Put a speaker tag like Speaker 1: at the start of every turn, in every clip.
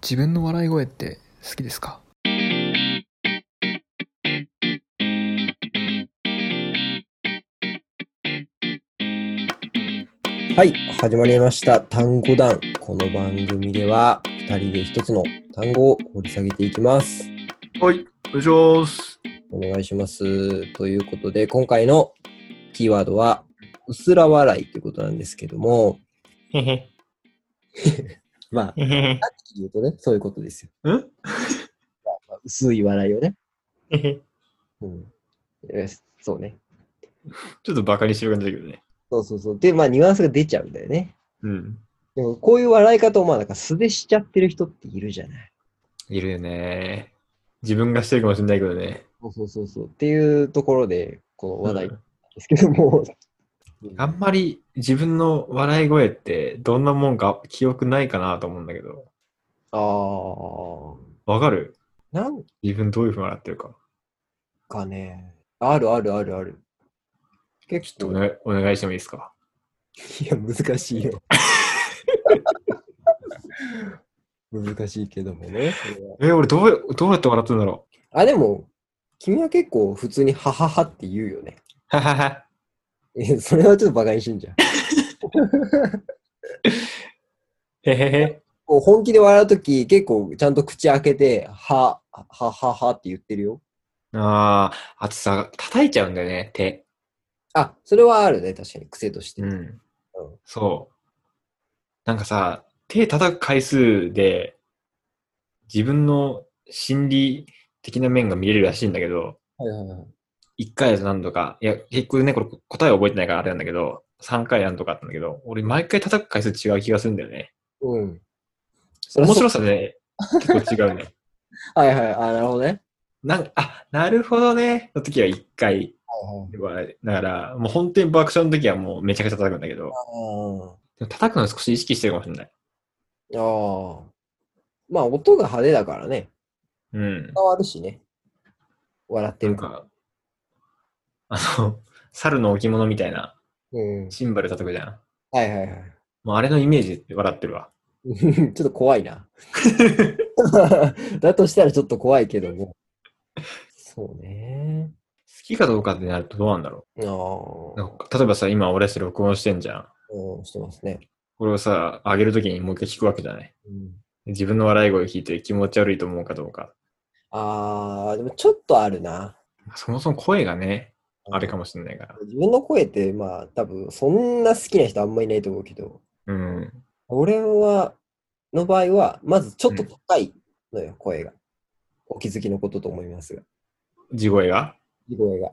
Speaker 1: 自分の笑い声って好きです か
Speaker 2: はい、始まりました。単語談。この番組では、二人で一つの単語を掘り下げていきます。
Speaker 3: はい、お願いします。
Speaker 2: お願いします。ということで、今回のキーワードは、うすら笑いということなんですけども、
Speaker 3: へへ。
Speaker 2: まあ、
Speaker 3: へへ
Speaker 2: 言うとね、そういうことですよ。
Speaker 3: へ。ん
Speaker 2: まあ 薄い笑いをね。
Speaker 3: へへ
Speaker 2: うん。えそうね。
Speaker 3: ちょっとバカにしてる感じだけどね。
Speaker 2: そうそうそう。で、まあ、ニュアンスが出ちゃうんだよね。
Speaker 3: うん。
Speaker 2: でも、こういう笑い方を、まあ、なんか素でしちゃってる人っているじゃない。
Speaker 3: いるよね。自分がしてるかもしれないけどね。
Speaker 2: そうそうそうそう。っていうところで、この話題
Speaker 3: う
Speaker 2: で
Speaker 3: ん
Speaker 2: すけども、
Speaker 3: あんまり自分の笑い声ってどんなもんか記憶ないかなと思うんだけど。
Speaker 2: ああ。
Speaker 3: わかる
Speaker 2: なん
Speaker 3: 自分どういうふうに笑ってるか。
Speaker 2: かね。あるあるあるある。結
Speaker 3: ちょっとお,、ね、お願いしてもいいですか
Speaker 2: いや、難しいよ。難しいけどもね。それ
Speaker 3: え、
Speaker 2: は
Speaker 3: 俺どうや、どうやって笑ってんだろ
Speaker 2: あ、でも、君は結構普通にはははって言うよね。
Speaker 3: う ははは。
Speaker 2: え、それはちょっとバカにしんじゃん。
Speaker 3: へへへ。
Speaker 2: こう本気で笑うとき、結構ちゃんと口開けて、は、ははははって言ってるよ。
Speaker 3: ああ、あとさ、叩いちゃうんだよね、手。
Speaker 2: あ、それはあるね。確かに、癖として。
Speaker 3: うん。そう。なんかさ、手叩く回数で、自分の心理的な面が見れるらしいんだけど、
Speaker 2: はいはいはい。
Speaker 3: 1回や何度か、いや、結局ね、これ答え覚えてないからあれなんだけど、3回何度かあったんだけど、俺毎回叩く回数違う気がするんだよね。
Speaker 2: うん。それは
Speaker 3: 面
Speaker 2: そ
Speaker 3: 白
Speaker 2: う
Speaker 3: さで、結構違うね。
Speaker 2: はいはい。あ、なるほどね。
Speaker 3: なんあ、なるほどね。の時は1回笑い。だから、もう本当に爆笑の時はもうめちゃくちゃ叩くんだけど、
Speaker 2: ああ。
Speaker 3: でも叩くの少し意識してるかもしれない。
Speaker 2: ああ。まあ、音が派手だからね。
Speaker 3: うん。
Speaker 2: 伝わるしね。笑って
Speaker 3: なん
Speaker 2: るから。
Speaker 3: か、あの、猿の置物みたいな
Speaker 2: うん。
Speaker 3: シンバル叩くじゃん。
Speaker 2: はいはいはい。
Speaker 3: もうあれのイメージで笑ってるわ。
Speaker 2: うんちょっと怖いな。 だとしたらちょっと怖いけども。そうね。
Speaker 3: 好きかどうかってなるとどうなんだろ
Speaker 2: ああ。
Speaker 3: う。なんか例えばさ、今俺たち録音してんじゃん。
Speaker 2: うん、してますね。
Speaker 3: これをさ、上げるときにもう一回聞くわけじゃない。
Speaker 2: うん、
Speaker 3: 自分の笑い声聞いて気持ち悪いと思うかどうか。
Speaker 2: ああ、でもちょっとあるな。
Speaker 3: そもそも声がね、あれかもしれないから。
Speaker 2: 自分の声って、まあ、多分そんな好きな人あんまいないと思うけど、
Speaker 3: うん。
Speaker 2: 俺は、の場合は、まずちょっと高いのよ、声が。お気づきのことと思いますが。
Speaker 3: 地声が
Speaker 2: 地声が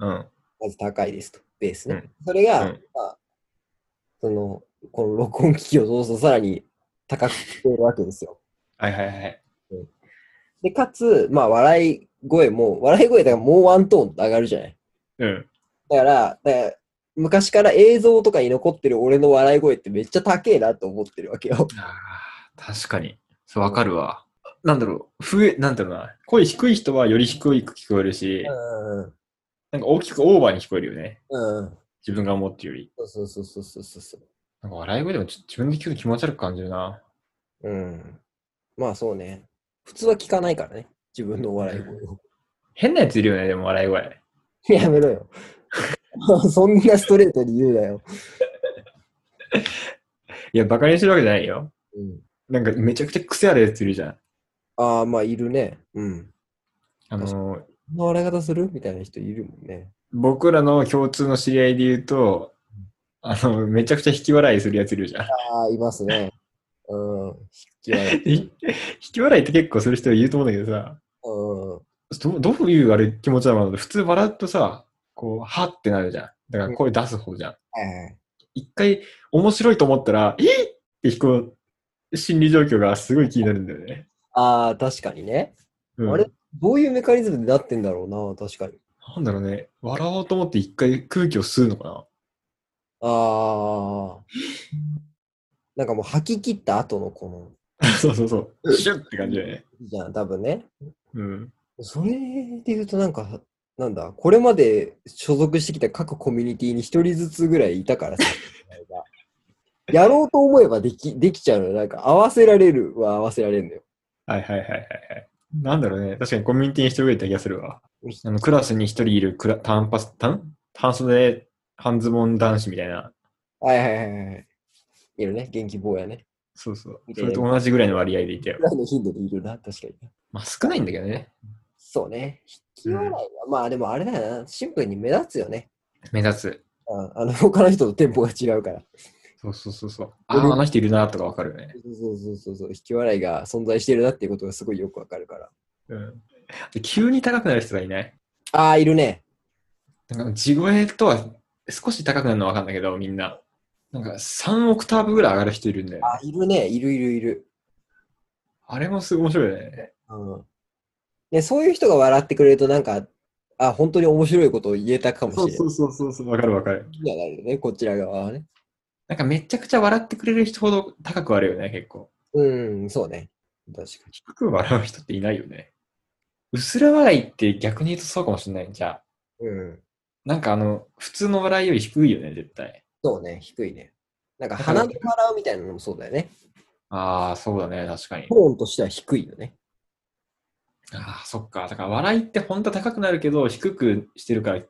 Speaker 3: うん。
Speaker 2: まず高いですと、ベースね。
Speaker 3: うん
Speaker 2: それが、
Speaker 3: うん
Speaker 2: まあ、その、この録音機器を通すとさらに高く聞こえるわけですよ。
Speaker 3: はいはいはい。
Speaker 2: で、かつ、まあ、笑い声も、笑い声だからもうワントーン上がるじゃない。
Speaker 3: うん。
Speaker 2: だから、だから昔から映像とかに残ってる俺の笑い声ってめっちゃ高えなと思ってるわけよ。
Speaker 3: あー確かに。そう、わかるわ。なんだろう。増え、なんだろうな。声低い人はより低く聞こえるし、
Speaker 2: うん。
Speaker 3: なんか大きくオーバーに聞こえるよね。
Speaker 2: うん。
Speaker 3: 自分が思ってるより。
Speaker 2: そうそうそうそうそうそう。
Speaker 3: なんか笑い声でもちょっと自分で聞くと気持ち悪く感じるな。
Speaker 2: うん。まあそうね。普通は聞かないからね。自分の笑い 声を。
Speaker 3: 変なやついるよね、でも笑い声。
Speaker 2: やめろよ。 そんなストレートに言うなよ。
Speaker 3: いや、バカにしてるわけじゃないよ。
Speaker 2: うん、
Speaker 3: なんかめちゃくちゃ癖あるやついるじゃん。
Speaker 2: ああ、まあいるね。うん。
Speaker 3: あのー、
Speaker 2: こんな笑い方するみたいな人いるもんね。
Speaker 3: 僕らの共通の知り合いで言うと、あの、めちゃくちゃ引き笑いするやついるじゃん。
Speaker 2: ああ、いますね。 うん。引き笑 い。
Speaker 3: 引き笑いって結構する人いると思うんだけどさ、
Speaker 2: うん。
Speaker 3: どどういうあれ気持ちなの普通笑うとさ、こう、はってなるじゃん。だから声出す方じゃん。
Speaker 2: はい
Speaker 3: 一回面白いと思ったら、えっって引く心理状況がすごい気になるんだよね。
Speaker 2: ああ、確かにね。
Speaker 3: うん
Speaker 2: あれどういうメカニズムになってんだろうな、確かに。
Speaker 3: なんだろうね。笑おうと思って一回空気を吸うのかな
Speaker 2: ああ。なんかもう吐き切った後のこの、
Speaker 3: そうそうそう。シュッって感じだよね。
Speaker 2: いいじゃん、多分ね。
Speaker 3: うん。
Speaker 2: それで言うとなんか、なんだ、これま で所属してきた各コミュニティに一人ずつぐらいいたからさ。やろうと思えばでき、できちゃうのよ。なんか、合わせられるは合わせられるのよ。
Speaker 3: はいはいはいはいはい。なんだろうね。確かにコミュニティに一人がいた気がするわ。あのクラスに一人いるクラ短パス、短短袖半ズボン男子みたいな。
Speaker 2: はいはいはいはい。いるね。元気坊やね。
Speaker 3: そうそう
Speaker 2: い。て
Speaker 3: それと同じぐらいの割合でいてよ
Speaker 2: ぐ。らいの頻度でいるな、確かに。
Speaker 3: まあ少ないんだけどね。
Speaker 2: そうね。引き笑いは、まあでもあれだよな。シンプルに目立つよね。
Speaker 3: 目立つ。
Speaker 2: うんあの、 他の人とテンポが違うから。
Speaker 3: そうそうそうそう。ああ、あの人いるなとかわかるよね。
Speaker 2: そうそうそうそう。引き笑いが存在してるなっていうことがすごいよくわかるから。
Speaker 3: うん。で急に高くなる人がいない。
Speaker 2: ああ、いるね。
Speaker 3: なんか地声とは少し高くなるのはわかんないけど、みんな。なんか3オクターブぐらい上がる人いるんだよね。
Speaker 2: あーいるね。いるいるいる。
Speaker 3: あれもすごい面白いよね。
Speaker 2: うん。ね、そういう人が笑ってくれると、なんか、あ、本当に面白いことを言えたかもしれない。
Speaker 3: そうそうそうそう、わかるわかる。
Speaker 2: 気になるよね、こちら側はね。
Speaker 3: なんかめちゃくちゃ笑ってくれる人ほど高く割れるよね、結構。
Speaker 2: うん、そうね。確かに。
Speaker 3: 低く笑う人っていないよね。薄ら笑いって逆に言うとそうかもしれない。じゃあ、
Speaker 2: うん。
Speaker 3: なんかあの、普通の笑いより低いよね、絶対。
Speaker 2: そうね、低いね。なんか
Speaker 3: だから
Speaker 2: 鼻で笑うみたいなのもそうだよね。
Speaker 3: ああ、そうだね、確かに
Speaker 2: ト。ーンとしては低いよね。
Speaker 3: ああ、そっか。だから笑いって本当は高くなるけど、低くしてるから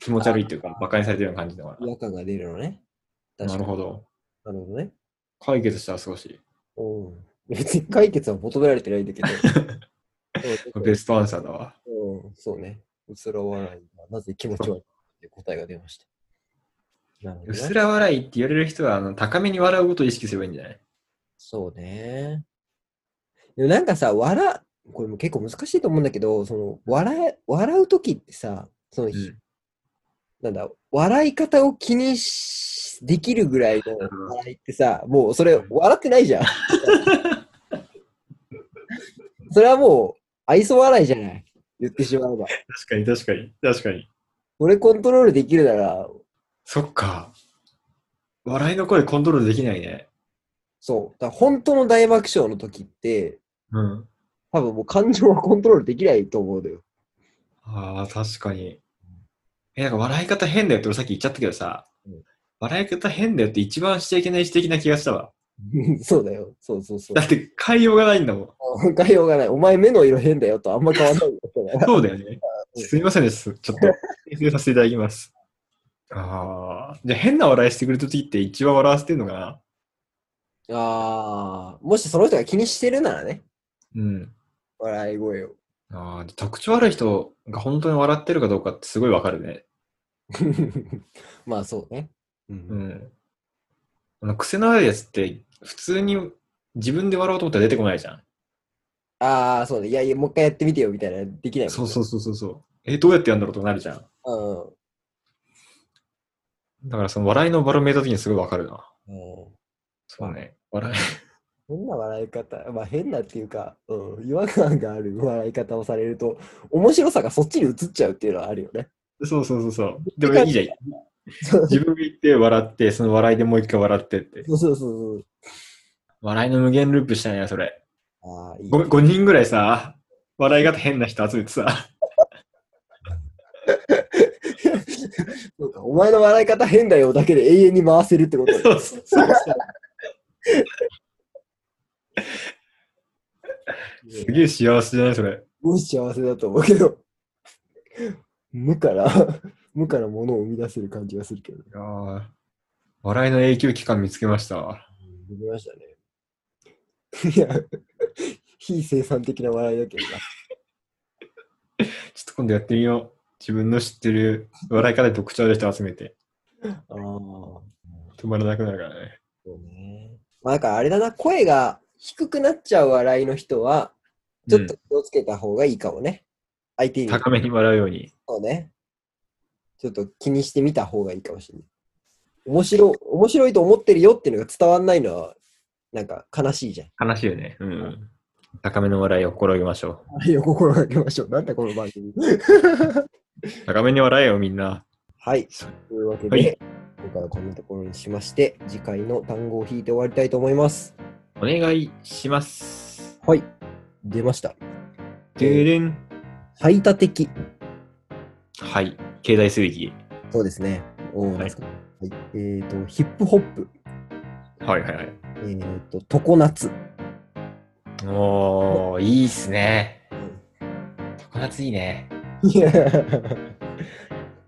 Speaker 3: 気持ち悪いっていうか、馬鹿にされてるような感じだか
Speaker 2: 違和感が出るのね。
Speaker 3: ら。な
Speaker 2: 確かに
Speaker 3: るほど。
Speaker 2: なるほどね。
Speaker 3: 解決したら少し。
Speaker 2: うん。別に解決は求められてないんだ けど。そう
Speaker 3: ベストアンサーだわ。
Speaker 2: うん、そうね。うつら笑いがなぜ気持ち悪いって答えが出ました。なるほど
Speaker 3: う
Speaker 2: ね、
Speaker 3: すら笑いって言われる人は、あの、高めに笑うことを意識すればいいんじゃない
Speaker 2: そうね。でもなんかさ、笑、これも結構難しいと思うんだけど、その笑え笑うときってさ、その、
Speaker 3: ん
Speaker 2: なんだ、笑い方を気にしできるぐらいの
Speaker 3: ん
Speaker 2: 笑いってさ、もうそれ、笑ってないじ ゃん。それはもう、愛想笑いじゃない。言ってしまえば。
Speaker 3: 確かに、確かに、確かに。
Speaker 2: これコントロールできるなら、
Speaker 3: そっか。笑いの声コントロールできないね。
Speaker 2: そう。だから本当の大爆笑の時って、
Speaker 3: うん。
Speaker 2: 多分もう感情はコントロールできないと思うのよ。
Speaker 3: ああ、確かに。え、なんか笑い方変だよって俺さっき言っちゃったけどさ、
Speaker 2: うん
Speaker 3: 笑い方変だよって一番しちゃいけない指摘な気がしたわ。
Speaker 2: そうだよ。そうそうそう
Speaker 3: だ。って変えようがないんだもん。
Speaker 2: 変えようがない。お前目の色変だよとあんま変わんないよ。それ
Speaker 3: そう だよね。
Speaker 2: うん
Speaker 3: すみませんです。ちょっと、訂正させていただきます。ああ、じゃあ変な笑いしてくれた時って一番笑わせてんのかな
Speaker 2: ああ、もしその人が気にしてるならね、
Speaker 3: うん。
Speaker 2: 笑い声を。
Speaker 3: ああ、で特徴ある人が本当に笑ってるかどうかってすごいわかるね。
Speaker 2: まあそうね。うん
Speaker 3: うん。あの、癖のあるやつって、普通に自分で笑おうと思ったら出てこないじゃん。
Speaker 2: ああ、そうね。いやいや、もう一回やってみてよみたいな、できないもんね、
Speaker 3: そうそうそうそうそう。え、どうやってやるんだろうとなるじゃん。
Speaker 2: う
Speaker 3: だからその笑いのバロメーター的にすごいわかるな。
Speaker 2: ん。うん。
Speaker 3: そうね。笑い。
Speaker 2: 変な笑い方、まあ変なっていうか、うん、違和感がある笑い方をされると、面白さがそっちに移っちゃうっていうのはあるよね。
Speaker 3: そうそうそうそう。でもいいじゃん。自分が言って笑って、その笑いでもう一回笑ってって。
Speaker 2: そうそうそう
Speaker 3: 笑いの無限ループしたね、それ。
Speaker 2: そう。ああ、いい。
Speaker 3: 5, 人ぐらいさ、笑い方変な人集めてさ。
Speaker 2: そうかお前の笑い方変だよだけで永遠に回せるって ことね
Speaker 3: そうそうそう。すげえ幸せじゃないそれ。
Speaker 2: すごい幸せだと思うけど、 無から、 無から物を生み出せる感じがするけど。
Speaker 3: いやー笑いの永久期間見つけましたわ。
Speaker 2: できました ね。いや、非生産的な笑いだけ
Speaker 3: ちょ
Speaker 2: どな。
Speaker 3: っと今度やってみよう。自分の知ってる笑い方で特徴ある人集めて。
Speaker 2: ああ、そ
Speaker 3: 止まらなくなるからね。
Speaker 2: うね。まあ、だからあれだな、声が低くなっちゃう笑いの人は、ちょっと気をつけた方がいいかもね。相手
Speaker 3: うん
Speaker 2: に。
Speaker 3: 高めに笑うように。
Speaker 2: そうね。ちょっと気にしてみた方がいいかもしれない。面白面白いと思ってるよっていうのが伝わんないのは、なんか悲しいじゃん。
Speaker 3: 悲しいよね。うん。高めの笑いを心がけましょ
Speaker 2: はい、お心がけましょう。なんだこの番組。
Speaker 3: う。高めに笑えよ、みんな。
Speaker 2: はい、というわけで、
Speaker 3: はい
Speaker 2: 今回はこんなところにしまして、次回の単語を引いて終わりたいと思います。
Speaker 3: お願いします。
Speaker 2: はい、出ました。
Speaker 3: ででん。
Speaker 2: 排他的。
Speaker 3: はい。経済水域。
Speaker 2: そうですね。おー
Speaker 3: はい
Speaker 2: 懐かしいはい、えっ、と、ヒップホップ。
Speaker 3: はいはいはい。
Speaker 2: えーっと、常 夏。
Speaker 3: おー、いいっすね。常夏いいね。
Speaker 2: いや、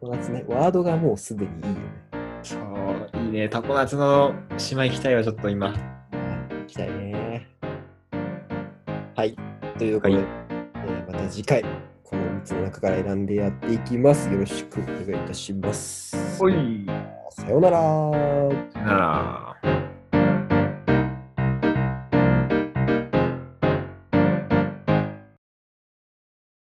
Speaker 2: 常夏ね。ワードがもうすでにいいよね。
Speaker 3: そう、いいね。常夏の島行きたいわ、ちょっと今。
Speaker 2: 行きたいね。はい。ということ
Speaker 3: は
Speaker 2: で、
Speaker 3: い
Speaker 2: えーまた次回、この3つの中から選んでやっていきます。よろしくお願いいたします。
Speaker 3: い。
Speaker 2: さようなら。
Speaker 3: さよなら。